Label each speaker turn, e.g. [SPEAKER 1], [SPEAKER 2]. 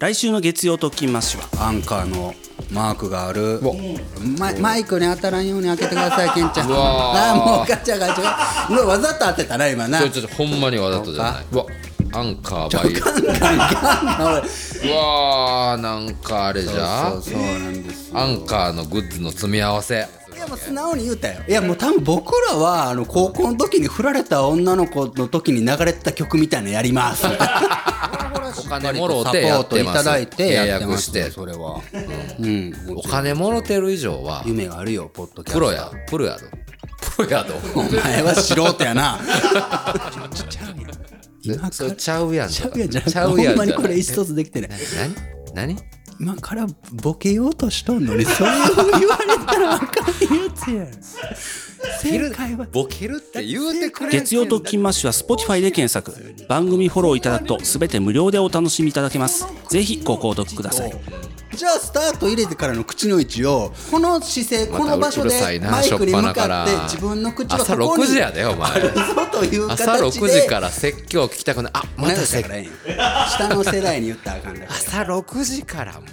[SPEAKER 1] 来週の月曜ときましは
[SPEAKER 2] アンカーのマークがある
[SPEAKER 3] わ
[SPEAKER 2] ママイクに当たらんように開けてくださいケンちゃん
[SPEAKER 3] うわー
[SPEAKER 2] あーもうガチャガチャうわわざと当てたな今な
[SPEAKER 3] ちょちょほんまにわざとじゃないわアンカーバイうわーなんかあれじゃ
[SPEAKER 2] そうそうなんですよ
[SPEAKER 3] アンカーのグッズの積み合わせ
[SPEAKER 2] いやもう素直に言うたよいやもう多分僕らはあの高校の時に振られた女の子の時に流れてた曲みたいなのやり ますみたいな
[SPEAKER 3] お金もろてやってます
[SPEAKER 2] サポートいただいて
[SPEAKER 3] 契
[SPEAKER 2] やってま
[SPEAKER 3] 約
[SPEAKER 2] す
[SPEAKER 3] して
[SPEAKER 2] それはうん
[SPEAKER 3] お金もろてる以上は
[SPEAKER 2] 夢があるよポッドキャスト
[SPEAKER 3] プロやプロやぞプロやぞ
[SPEAKER 2] お前は素人やなちょちゃうやん今
[SPEAKER 3] そ
[SPEAKER 2] か
[SPEAKER 3] れ
[SPEAKER 2] ら
[SPEAKER 3] ちゃうやんち
[SPEAKER 2] ちゃうやんじゃなく
[SPEAKER 3] ち
[SPEAKER 2] て
[SPEAKER 3] ゃう
[SPEAKER 2] ほ
[SPEAKER 3] や
[SPEAKER 2] ん
[SPEAKER 3] ん
[SPEAKER 2] ま
[SPEAKER 3] じ
[SPEAKER 2] に
[SPEAKER 3] ゃ
[SPEAKER 2] こ
[SPEAKER 3] な
[SPEAKER 2] れ意
[SPEAKER 3] い
[SPEAKER 2] 思疎通できてない
[SPEAKER 3] 何何
[SPEAKER 2] 今からボケようとしとんのにそういうふう言われたらあかんやつやん正解は
[SPEAKER 3] ボケるって言うてくれ
[SPEAKER 1] 月曜ときましは Spotify で検索番組フォローいただくとすべて無料でお楽しみいただけますぜひご購読ください
[SPEAKER 2] じゃあスタート入れてからの口の位置をこの姿勢
[SPEAKER 3] ま
[SPEAKER 2] こ
[SPEAKER 3] た
[SPEAKER 2] の場所で
[SPEAKER 3] うるさいな
[SPEAKER 2] マイクに向
[SPEAKER 3] 初っ端
[SPEAKER 2] かって自分の口は
[SPEAKER 3] 朝
[SPEAKER 2] そこに
[SPEAKER 3] 6時やでお 前
[SPEAKER 2] あるぞという形で
[SPEAKER 3] 朝6時から説教聞きたくないあま
[SPEAKER 2] 同い
[SPEAKER 3] た
[SPEAKER 2] 年
[SPEAKER 3] 説
[SPEAKER 2] やからええん下の世代に言ったらあかんだから
[SPEAKER 3] 朝6時からもう